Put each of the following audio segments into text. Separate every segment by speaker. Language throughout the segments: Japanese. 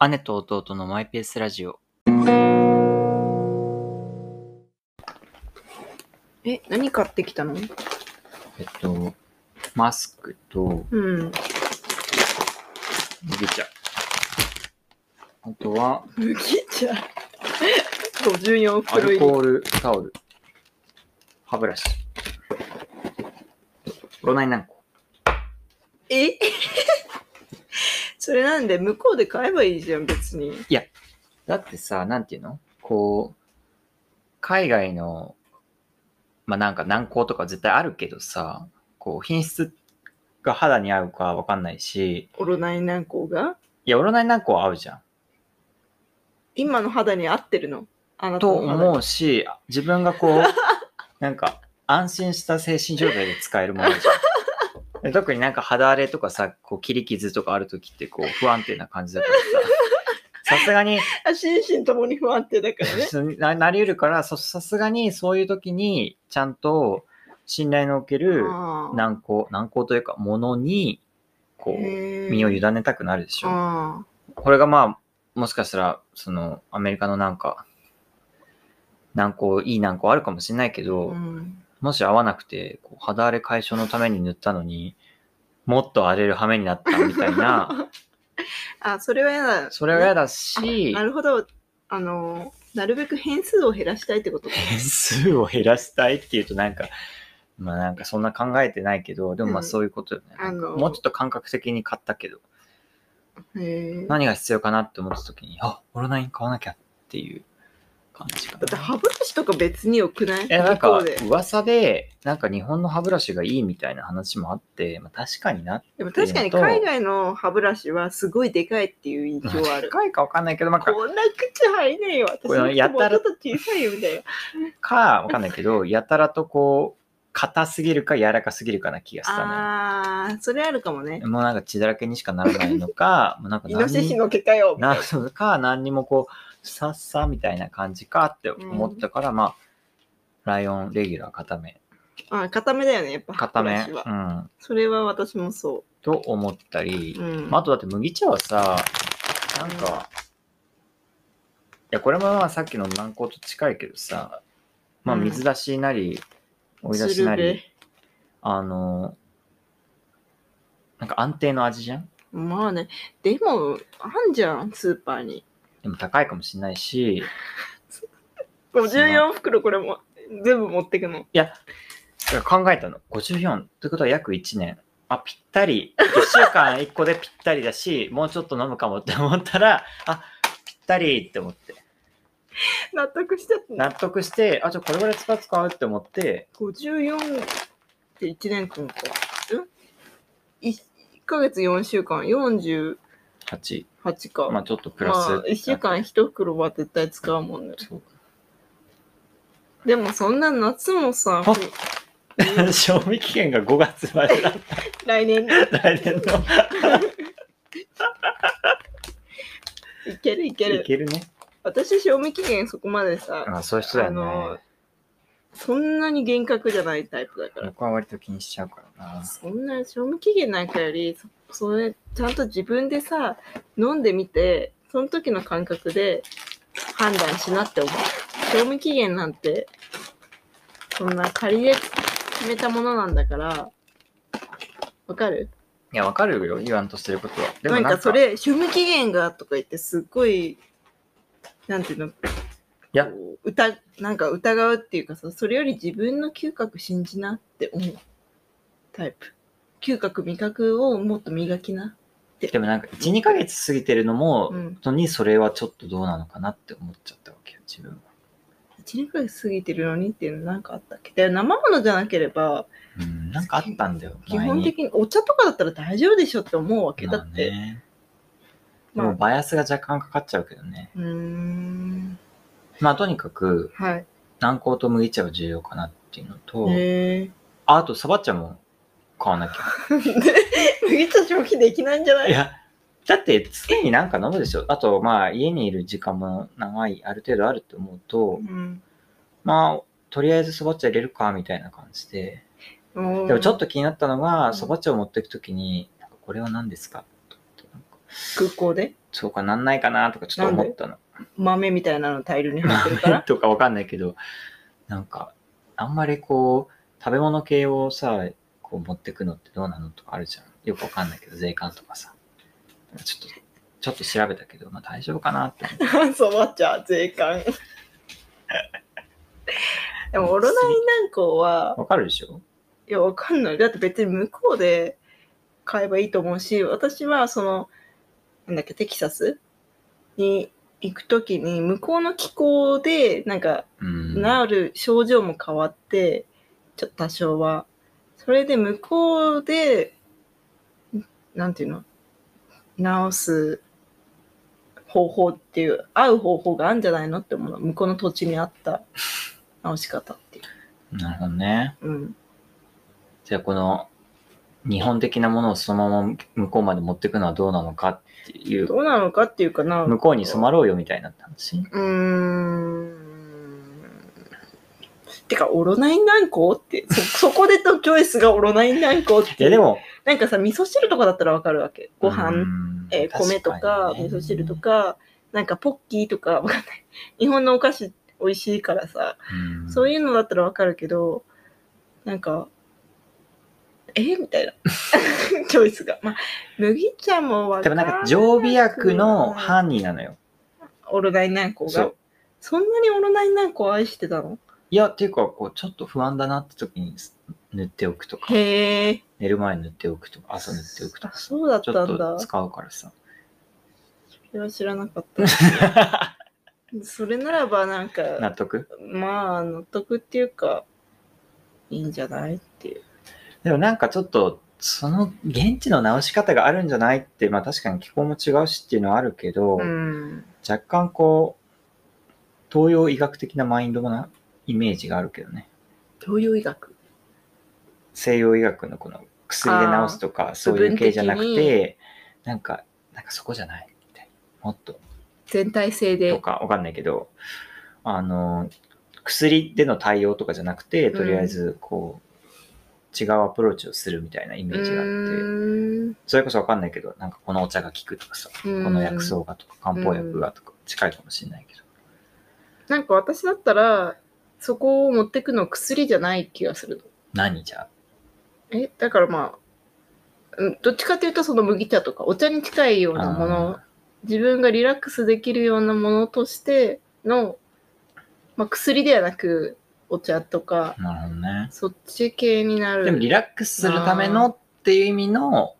Speaker 1: 姉と弟のマイペースラジオ。
Speaker 2: え、何買ってきたの
Speaker 1: えっと、マスクと
Speaker 2: うん。
Speaker 1: 麦茶。あとは、
Speaker 2: 麦茶。54
Speaker 1: ア
Speaker 2: 袋
Speaker 1: ル
Speaker 2: 入
Speaker 1: コールタオル。歯ブラシ。ロナイナンコ。
Speaker 2: り。え それなんで、向こうで買えばいいじゃん、別に。
Speaker 1: だってさ、なんていうのこう、海外の、まあ、なんか軟膏とか絶対あるけどさ、こう、品質が肌に合うかわかんないし、
Speaker 2: オロナイナンコが。
Speaker 1: いや、オロナイナンコは合うじゃん。
Speaker 2: 今の肌に合ってるのあなた
Speaker 1: と
Speaker 2: の肌に
Speaker 1: 思うし、自分がこう、なんか安心した精神状態で使えるものじゃん。で特になんか肌荒れとかさ、こう切り傷とかある時ってこう不安定な感じだからさ、さすがに
Speaker 2: あ心身ともに不安定だからね。
Speaker 1: ななり得るから、そさすがにそういう時にちゃんと信頼のおける
Speaker 2: あー
Speaker 1: 軟膏、軟膏というかものに、こう、
Speaker 2: へー
Speaker 1: 身を委ねたくなるでしょ。
Speaker 2: あ
Speaker 1: これがまあ、もしかしたら、その、アメリカのなんか、何個、いい何個あるかもしれないけ
Speaker 2: ー
Speaker 1: ど、
Speaker 2: うん
Speaker 1: もし合わなくて、こう肌荒れ解消のために塗ったのに、もっと荒れる羽目になったみたい な、
Speaker 2: あ、それは嫌だ。
Speaker 1: それは嫌
Speaker 2: だ。
Speaker 1: だし
Speaker 2: な、るほど。あの、なるべく変数を減らしたいってことか。
Speaker 1: 点数を減らしたいっていうとなんか、まあなんかそんな考えてないけど、でもま
Speaker 2: う
Speaker 1: あ
Speaker 2: ん
Speaker 1: そういうことよね。
Speaker 2: あの
Speaker 1: もうちょっと感覚的に買ったけど、
Speaker 2: へーだ
Speaker 1: 何が必要かなって思った時に、あ、オロナイン買わなきゃっていう感じかな。
Speaker 2: って歯ブラシとか別に良くない
Speaker 1: え、なん
Speaker 2: 向
Speaker 1: か
Speaker 2: こうで、
Speaker 1: 噂で、なんか日本の歯ブラシがいいみたいな話もあって、まあ、確かにな。
Speaker 2: でも確かに海外の歯ブラシはすごいでかいっていう印象はある。
Speaker 1: 高いかわかんないけど、まあ、か、
Speaker 2: こんな口入んねえよ。私
Speaker 1: これ
Speaker 2: の
Speaker 1: や
Speaker 2: 人も
Speaker 1: た
Speaker 2: うちょ
Speaker 1: ら
Speaker 2: っと小さいよみたいな。
Speaker 1: かわかんないけど、やたらとこう、硬すぎるか柔らかすぎるかな気がしたね。
Speaker 2: あー、それあるかもね。
Speaker 1: もうなんか血だらけにしかならないの か、もうなんか
Speaker 2: イノ
Speaker 1: 何
Speaker 2: シシ
Speaker 1: に
Speaker 2: の毛かよ。
Speaker 1: なのか、何にもこう、さっさみたいな感じかって思ったから、まあ、ライオンレギュラー固め。
Speaker 2: あ、固めだよね、やっぱ。
Speaker 1: 固め。
Speaker 2: 歯ブラシ
Speaker 1: う
Speaker 2: は
Speaker 1: ん。
Speaker 2: それは私もそ
Speaker 1: と思ったり
Speaker 2: う。、うん。
Speaker 1: まあ、あとだって麦茶はさ、なんか、いや、これもまあさっきの軟膏と近いけどさ、まあ
Speaker 2: うん
Speaker 1: 水出しなり、追い出し
Speaker 2: す
Speaker 1: な
Speaker 2: る
Speaker 1: り
Speaker 2: べ、。
Speaker 1: あの、なんか安定の味じゃん
Speaker 2: まあね。でも、あんじゃん、スーパーに。
Speaker 1: でも高いかもしれないし、い
Speaker 2: 54袋これも、全部持ってくの。
Speaker 1: や、いや考えたの。54ということは約1年。あ、ぴったり。1週間1個でぴったりだし、 もうちょっと飲むかもって思ったら、あ、ぴったりって思って。
Speaker 2: 納得しちゃった
Speaker 1: 納得して、あ、じゃあこれぐらい使う使うって思って、
Speaker 2: 54って1年間か。ん ?1 ヶ月4週間、48
Speaker 1: 8。
Speaker 2: か。
Speaker 1: ま
Speaker 2: ま
Speaker 1: あ
Speaker 2: あ、
Speaker 1: ちょっとプラス。
Speaker 2: 1週間1袋は絶対使うもんね。
Speaker 1: そう。
Speaker 2: でもそんな夏もさ、
Speaker 1: あ 賞味期限が5月までだっ
Speaker 2: 来年で
Speaker 1: た来年の。
Speaker 2: いけるいけ
Speaker 1: い
Speaker 2: る。
Speaker 1: けるね。
Speaker 2: 私、賞味期限そこまでさ、
Speaker 1: あそういう人だよ
Speaker 2: あの
Speaker 1: ね。
Speaker 2: そんなに厳格じゃないタイプだから。
Speaker 1: 僕は割と気にしちゃうからな。
Speaker 2: そんな賞味期限なんかより、そそれ、ちゃんと自分でさ、飲んでみて、その時の感覚で判断しなって思う。賞味期限なんて、そんな仮で決めたものなんだから、わかる
Speaker 1: いや、わかるよ、言わんとしてることは。でも
Speaker 2: な
Speaker 1: なん
Speaker 2: ん
Speaker 1: か、
Speaker 2: かそれ、賞味期限がとか言って、すっごい、なんていうの、
Speaker 1: や
Speaker 2: こう疑なんか疑うっていうかさ、それより自分の嗅覚信じなって思うタイプ。嗅覚、味覚をもっと磨きな。
Speaker 1: でもなんか、1、2ヶ月過ぎてるのも、
Speaker 2: うん
Speaker 1: 本当にそれはちょっとどうなのかなって思っちゃったわけよ、自分は。
Speaker 2: 1年くらい過ぎてるのにっていうのなんかあったっけで生ものじゃなければ、
Speaker 1: うん、なんかあったんだよ、
Speaker 2: 基
Speaker 1: 前に
Speaker 2: 本的にお茶とかだったら大丈夫でしょって思うわけ
Speaker 1: ま
Speaker 2: だ
Speaker 1: あ
Speaker 2: って。
Speaker 1: ね。で
Speaker 2: まあ、
Speaker 1: も、バイアスが若干かかっちゃうけどね。
Speaker 2: うーん。
Speaker 1: まあ、とにかく、
Speaker 2: はい。
Speaker 1: 軟膏と麦茶は重要かなっていうのと、
Speaker 2: へえ。
Speaker 1: ああと、サバちゃんも買わなきゃ。
Speaker 2: 麦茶消費できないんじゃない
Speaker 1: いや、だって常になんか飲むでしょ。あと、まあ、家にいる時間も長い、ある程度あると思うと、
Speaker 2: うん。
Speaker 1: まあ、とりあえずそば茶入れるか、みたいな感じで。
Speaker 2: で
Speaker 1: でも
Speaker 2: も
Speaker 1: ちょっと気になったの
Speaker 2: う
Speaker 1: が、
Speaker 2: ん
Speaker 1: そば茶を持っていくときに、なんかこれは何ですかと思ってなんか
Speaker 2: 空港で
Speaker 1: そうかなんないかなとかちょっと思ったの。
Speaker 2: 豆みたいなの大量に入ってるから。
Speaker 1: とかわかんないけど、なんか、あんまりこう、食べ物系をさ、こう持ってくのってどうなのとかあるじゃん。よくわかんないけど、税関とかさ。ちょっと、ちょっと調べたけど、まあ大丈夫かなって思って。
Speaker 2: そば茶、税関。でも、オロナイナンコは、
Speaker 1: わかるでしょ
Speaker 2: いや、わかんない。だって別に向こうで買えばいいと思うし、私はその、なんだっけ、テキサスに行くときに、向こうの気候で、なんか、
Speaker 1: うん。
Speaker 2: なる症状も変わって、ちょっと多少は。それで向こうで、なんていうの、治す方法っていう、合う方法があるんじゃないのって思うの。向こうの土地に合った治し方ってい
Speaker 1: なるほどね。
Speaker 2: う。うん。
Speaker 1: じゃあこの、日本的なものをそのまま向こうまで持ってくのはどうなのかっていう、
Speaker 2: どうなのかっていうかな。
Speaker 1: 向こうに染まろうよみたいになったんですよ。
Speaker 2: うーん。てか、オロナイン軟膏って、そ、そ こでとジョイスがオロナイン軟膏って。
Speaker 1: いやで、も、
Speaker 2: なんかさ、味噌汁とかだったらわかるわけ。ご飯
Speaker 1: うん
Speaker 2: えー米とか、味噌汁と、か、なんかポッキーとか、わかんない。 日本のお菓子美味しいからさ、そう
Speaker 1: いう
Speaker 2: いうのだったらわかるけど、なんか、えみたいな。 チョイスが。まあ、麦茶もわ
Speaker 1: で
Speaker 2: か
Speaker 1: も
Speaker 2: る。
Speaker 1: なんか常備薬の犯人なのよ。
Speaker 2: オロナイン軟膏
Speaker 1: そ
Speaker 2: が
Speaker 1: う。
Speaker 2: そんなにオロナイン軟膏愛してたの
Speaker 1: いや、っていうか、こう、ちょっと不安だなって時に塗っておくとか、
Speaker 2: へえ。
Speaker 1: 寝る前に塗っておくとか、朝塗っておくと
Speaker 2: あ
Speaker 1: か、
Speaker 2: そうだっ
Speaker 1: ち
Speaker 2: た
Speaker 1: ょっ
Speaker 2: んだ
Speaker 1: と。使うからさ。
Speaker 2: それは知らなかった。 それならば、な
Speaker 1: 納
Speaker 2: んか、
Speaker 1: 得
Speaker 2: まあ、納得っていうか、いいんじゃないっていう。
Speaker 1: でもなんかちょっと、その現地の直し方があるんじゃないって、まあ確かに気候も違うしっていうのはあるけど、
Speaker 2: うん。
Speaker 1: 若干こう、東洋医学的なマインドなイメージがあるけどね。
Speaker 2: 東洋医学
Speaker 1: 西洋医学のこの薬で治すとか、そういう系じゃなく
Speaker 2: 部分
Speaker 1: て、なんか、なんかそこじゃないみたいな。もっと
Speaker 2: 全体性
Speaker 1: と
Speaker 2: で。
Speaker 1: かわかんないけど、あの、薬での対応とかじゃなくて、とりあえず、こう、違うアプローチをするみたいなイ
Speaker 2: う
Speaker 1: メージがあって、
Speaker 2: ーん
Speaker 1: それこそわかんないけど、なんかこのお茶が効くとかさ、
Speaker 2: う
Speaker 1: こ
Speaker 2: ん
Speaker 1: の薬草がとか、漢方薬がとか、近いかもしれないけど。
Speaker 2: なんか私だったら、そこを持ってくの薬じゃない気がするの。
Speaker 1: 何じゃ
Speaker 2: え、だからまあ、うんどっちかというとその麦茶とかお茶に近いようなも
Speaker 1: あ
Speaker 2: の、自分がリラックスできるようなものとしての、まあ、薬ではなくお茶とか、
Speaker 1: なるほどね。
Speaker 2: そっち系になる。
Speaker 1: でもリラックスするためのっていう意味の、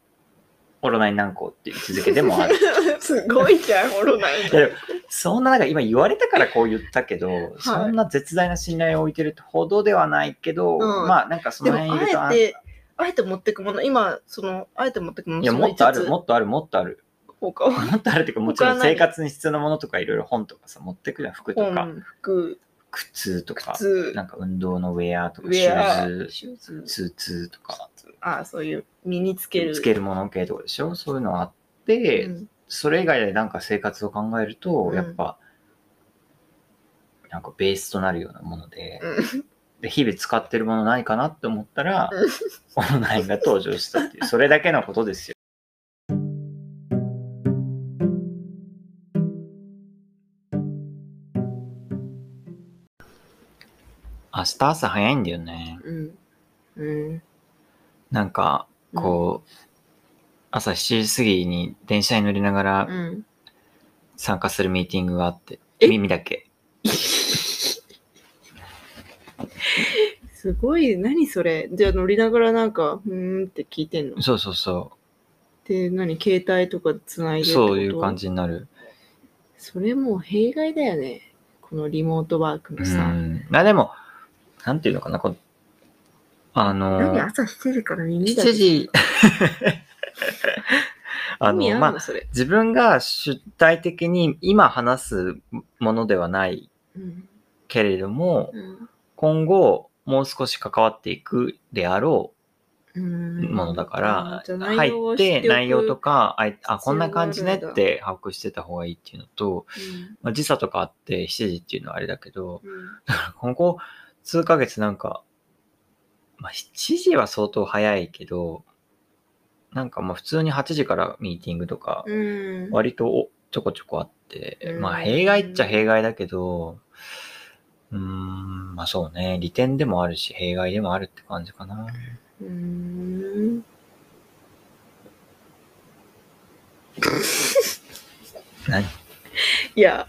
Speaker 1: オロナイン軟膏っていう位置づけでもある。
Speaker 2: すごいじゃん、オロナイン
Speaker 1: いやでも そんな、なんか今言われたからこう言ったけど、そんな絶大な信頼を置いてるほどではないけど、
Speaker 2: うん
Speaker 1: まあなんかそ
Speaker 2: で
Speaker 1: の
Speaker 2: も
Speaker 1: 辺いると
Speaker 2: あ
Speaker 1: 安
Speaker 2: えて、あえて持ってくもの、今、その、あえて持ってくもの、
Speaker 1: いや、
Speaker 2: その
Speaker 1: もっとあ
Speaker 2: 5
Speaker 1: る、
Speaker 2: つ
Speaker 1: もっとある、もっとある。
Speaker 2: 他は
Speaker 1: もっとあるっていうか、もちろん生活に必要なものとか、いろいろ本とかさ、持ってくじゃん。服とか、
Speaker 2: 本、服、
Speaker 1: 靴とか、
Speaker 2: 靴、
Speaker 1: なんか運動のウェアと
Speaker 2: ウ
Speaker 1: か、シュ
Speaker 2: ェ
Speaker 1: ー
Speaker 2: ア、シューズ
Speaker 1: ズ、、スーツとか、
Speaker 2: ああ、そういう、身につける。
Speaker 1: つけるもの系とかでしょそういうのあって、
Speaker 2: うん
Speaker 1: それ以外でなんか生活を考えると、
Speaker 2: うん
Speaker 1: やっぱ、なんかベースとなるようなもので、
Speaker 2: うん
Speaker 1: で日々使ってるものないかなって思ったら
Speaker 2: う、
Speaker 1: オンラインが登場したっていう、それだけのことですよ。明日朝早いんだよね。
Speaker 2: うん。うん。
Speaker 1: なんか、こう、朝7時過ぎに電車に乗りながら
Speaker 2: うん。うん。
Speaker 1: 参加するミーティングがあって、
Speaker 2: え
Speaker 1: 耳だけ。
Speaker 2: すごい、何それ。じゃあ乗りながらなんか、うーんって聞いてんの。
Speaker 1: そうそうそ。
Speaker 2: で、何、携帯とかつないうでってこと
Speaker 1: そういう感。じになる。
Speaker 2: それもう弊害だよね。このリモートワーク
Speaker 1: う
Speaker 2: のさ。
Speaker 1: ん。あでも、なんていうのかな、こうあの
Speaker 2: 何
Speaker 1: ー、
Speaker 2: 朝7時から耳だけ
Speaker 1: 7時。あ
Speaker 2: 意味
Speaker 1: の、
Speaker 2: あるの、
Speaker 1: まあ、
Speaker 2: それ。
Speaker 1: 自分が主体的に今話すものではない
Speaker 2: うん。
Speaker 1: けれども、
Speaker 2: うん
Speaker 1: 今後、もう少し関わっていくであろうものだから、入って内容と
Speaker 2: か、
Speaker 1: か、あいあ、こんな感じね
Speaker 2: 必
Speaker 1: っ
Speaker 2: 要があ
Speaker 1: て把握してた方がいいっていうのと、まあ、時差とかあって7時っていうのはあれだけど、
Speaker 2: うん
Speaker 1: ここ数ヶ月なんか、まあ、7時は相当早いけど、なんかもう普通に8時からミーティングとか、
Speaker 2: うん。
Speaker 1: 割とおちょこちょこあって、
Speaker 2: うん
Speaker 1: まあ弊害っちゃ弊害だけど、うーん、まあそうね、利点でもあるし、弊害でもあるって感じかな。
Speaker 2: うーん。
Speaker 1: 何
Speaker 2: いや、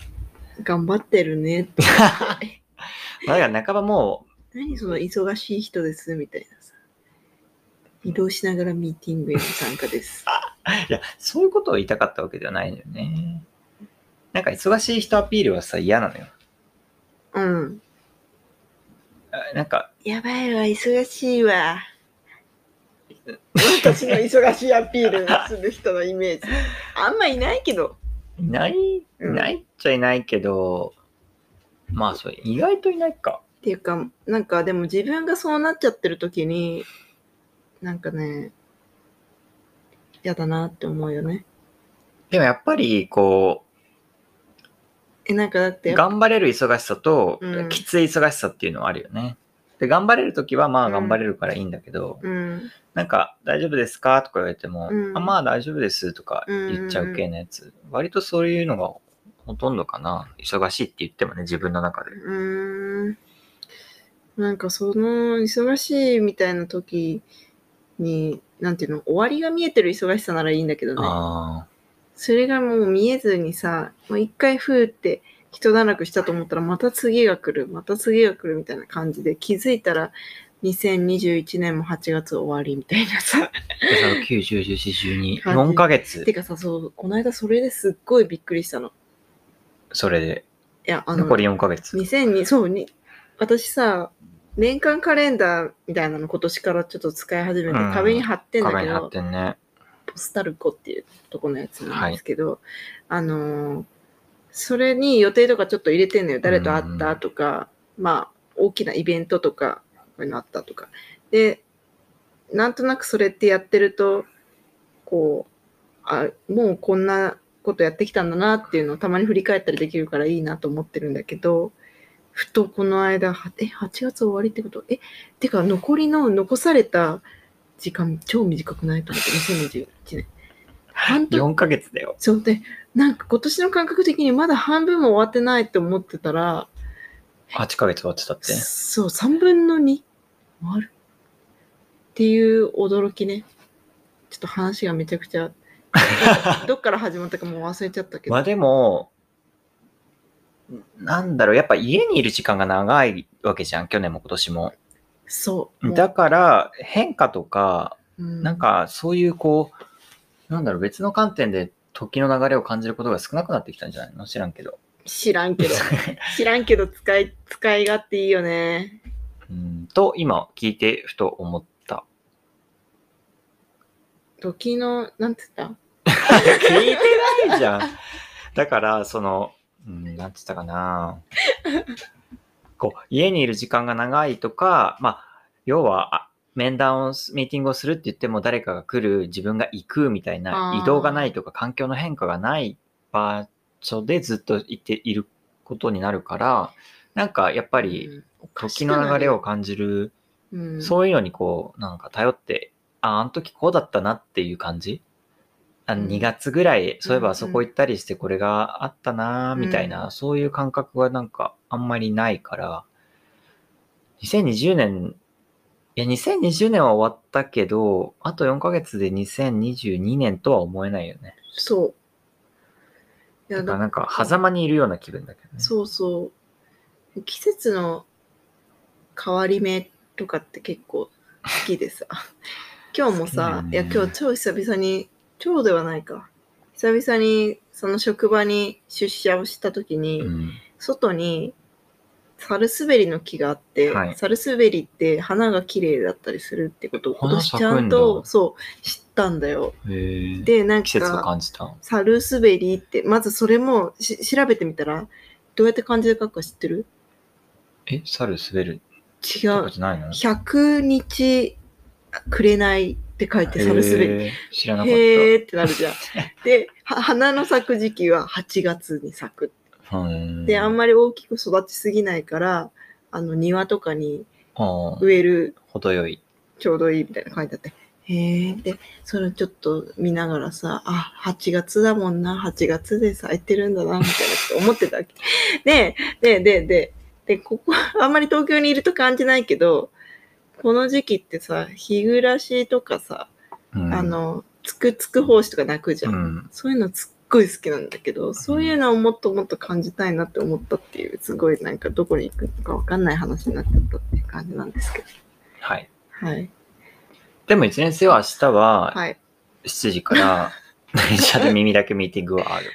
Speaker 2: 頑張ってるねって。
Speaker 1: まあだから半ばも
Speaker 2: 何その忙しい人ですみたいなさ。移動しながらミーティングへの参加です。
Speaker 1: う、いや、そういうことを言いたかったわけではないのよね。なんか忙しい人アピールはさ、嫌なのよ。
Speaker 2: うん。
Speaker 1: あなんか、
Speaker 2: やばいわ、忙しいわ。 私の忙しいアピールする人のイメージ。 あんまいないけど。
Speaker 1: いない、い
Speaker 2: うん
Speaker 1: ないっちゃいないけど、まあそれ、意外といないか。
Speaker 2: っていうか、なんかでも自分がそうなっちゃってる時に、なんかね、嫌だなって思うよね。
Speaker 1: でもやっぱり、こ
Speaker 2: え、なんかだっ
Speaker 1: う、
Speaker 2: て、
Speaker 1: 頑張れる忙しさと、
Speaker 2: うん
Speaker 1: きつい忙しさっていうのはあるよね。で、頑張れるときは、ま
Speaker 2: う
Speaker 1: あ
Speaker 2: ん
Speaker 1: 頑張れるからいいんだけど、
Speaker 2: うん。
Speaker 1: なんか、大丈夫ですかとか言われても、
Speaker 2: うん
Speaker 1: あまあ大丈夫ですとか言っちゃう系のやつ。割とそういうのがほとんどかな。忙しいって言ってもね、自分の中で。
Speaker 2: うーん。なんかその忙しいみたいな時に、なんていうの、終わりが見えてる忙しさならいいんだけどね。
Speaker 1: ああ。
Speaker 2: それがもう見えずにさ、もう一回ふーって人だらくしたと思ったらまた次が来る、また次が来るみたいな感じで気づいたら2021年も8月終わりみたいなさ。
Speaker 1: でその9、10、11、12、
Speaker 2: 感
Speaker 1: 4
Speaker 2: じ
Speaker 1: ヶ月
Speaker 2: て。かさ、そう、この間それですっごいびっくりしたの。
Speaker 1: それで。
Speaker 2: いや、あの、
Speaker 1: 残り4ヶ月。
Speaker 2: 2002そうに私さ年間カレンダーみたいなの今年からちょっと使い始めて
Speaker 1: うん
Speaker 2: 壁に貼ってんだ
Speaker 1: 壁
Speaker 2: け
Speaker 1: に貼
Speaker 2: ど
Speaker 1: っ、てんね。
Speaker 2: ポスタルコっていうとこのやつなんですけど、あのーそれに予定とかちょっと入れてんのよ誰と会ったとか、まあ大きなイベントとかこういうのあったとかでなんとなくそれってやってるとこうあもうこんなことやってきたんだなっていうのをたまに振り返ったりできるからいいなと思ってるんだけどふとこの間はえ8月終わりってことえてか残りの残された時間超短くないと思って2021年半年
Speaker 1: 4ヶ月だよ。
Speaker 2: そうでなんか今年の感覚的にまだ半分も終わってないって思ってたら
Speaker 1: 8ヶ月終わってたって。
Speaker 2: そう3分の2あるっていう驚きねちょっと話がめちゃくちゃ どっから始まったかもう忘れちゃったけど、
Speaker 1: まあでも、なんだろう、やっぱ家にいる時間が長いわけじゃん。去年も今年も。
Speaker 2: そうもう
Speaker 1: だから、変化とか、
Speaker 2: う
Speaker 1: なんかそういうこう、なんだろう、別の観点で時の流れを感じることが少なくなってきたんじゃないの知らんけど。
Speaker 2: 知らんけど知らんけど使い使い勝手いいよね
Speaker 1: うんと、今聞いてふと思った。
Speaker 2: 時のなんて言った
Speaker 1: 聞いてないじゃん。だから、その、うん、なんつったかな。こう、家にいる時間が長いとか、まあ、要は、あ面談をす、ミーティングをするって言っても誰かが来る、自分が行くみたい
Speaker 2: あ
Speaker 1: な、
Speaker 2: ー
Speaker 1: 移動がないとか環境の変化がない場所でずっといていることになるから、なんかやっぱり、
Speaker 2: うん
Speaker 1: 時の流れを感じる、
Speaker 2: うん
Speaker 1: そういうのにこう、なんか頼って、あ、あの時こうだったなっていう感じあ
Speaker 2: うん
Speaker 1: ?2 月ぐらい、そういえばあそこ
Speaker 2: うん
Speaker 1: 行ったりしてこれがあったな、みたいな、
Speaker 2: うん
Speaker 1: そういう感覚はなんかあんまりないから、2020年、いや、2020年は終わったけど、あと4ヶ月で2022年とは思えないよね。
Speaker 2: そうい
Speaker 1: だ
Speaker 2: やだ
Speaker 1: からなんか、狭間にいるような気分だけどね。
Speaker 2: そうそう。季節の変わり目とかって結構好きでさ。 今日もさ、
Speaker 1: 好き
Speaker 2: い
Speaker 1: だ
Speaker 2: や
Speaker 1: よね
Speaker 2: 今日超久々に、超ではないか。久々にその職場に出社をした時に、
Speaker 1: うん。
Speaker 2: 外にサルスベリの木があって、
Speaker 1: はい
Speaker 2: サルスベリって花が綺麗だったりするってことを今
Speaker 1: 花
Speaker 2: 年
Speaker 1: 咲
Speaker 2: ち
Speaker 1: くんだ
Speaker 2: ゃんとそう知ったんだよ。
Speaker 1: へー
Speaker 2: で、なんか
Speaker 1: 季節を感じた。
Speaker 2: サルスベリって、まずそれもし調べてみたら、どうやって漢字で書くか知ってる
Speaker 1: え、猿滑る
Speaker 2: 違
Speaker 1: とか
Speaker 2: う。
Speaker 1: じゃないの
Speaker 2: 100日くれないって書いてサルスベリ。
Speaker 1: へー知らなかった。
Speaker 2: へーってな るじゃん。で、は花の咲く時期は8月に咲く。
Speaker 1: うん
Speaker 2: で、あんまり大きく育ちすぎないから、あの庭とかに
Speaker 1: ああ
Speaker 2: 植える
Speaker 1: 程よい。
Speaker 2: ちょうどいいみたいなの書いてあって、へえ。で、それちょっと見ながらさ、あ、8月だもんな、8月で咲いてるんだな、みたいなこと思ってたわけ。 で、で、で、で、で、ここ、あんまり東京にいると感じないけど、この時期ってさ、日暮らしとかさ、
Speaker 1: うん、
Speaker 2: あの、つくつく胞子とか泣くじ
Speaker 1: う
Speaker 2: ゃん。
Speaker 1: ん、
Speaker 2: そういうのすっごい好きなんだけど、そういうのをもっともっと感じたいなって思ったっていう、すごいなんかどこに行くのかわかんない話になっちゃったっていう感じなんですけど。
Speaker 1: はい。
Speaker 2: はい。
Speaker 1: でも1年生は明日は
Speaker 2: はい。
Speaker 1: 7時から電車で耳だけミーティングはある。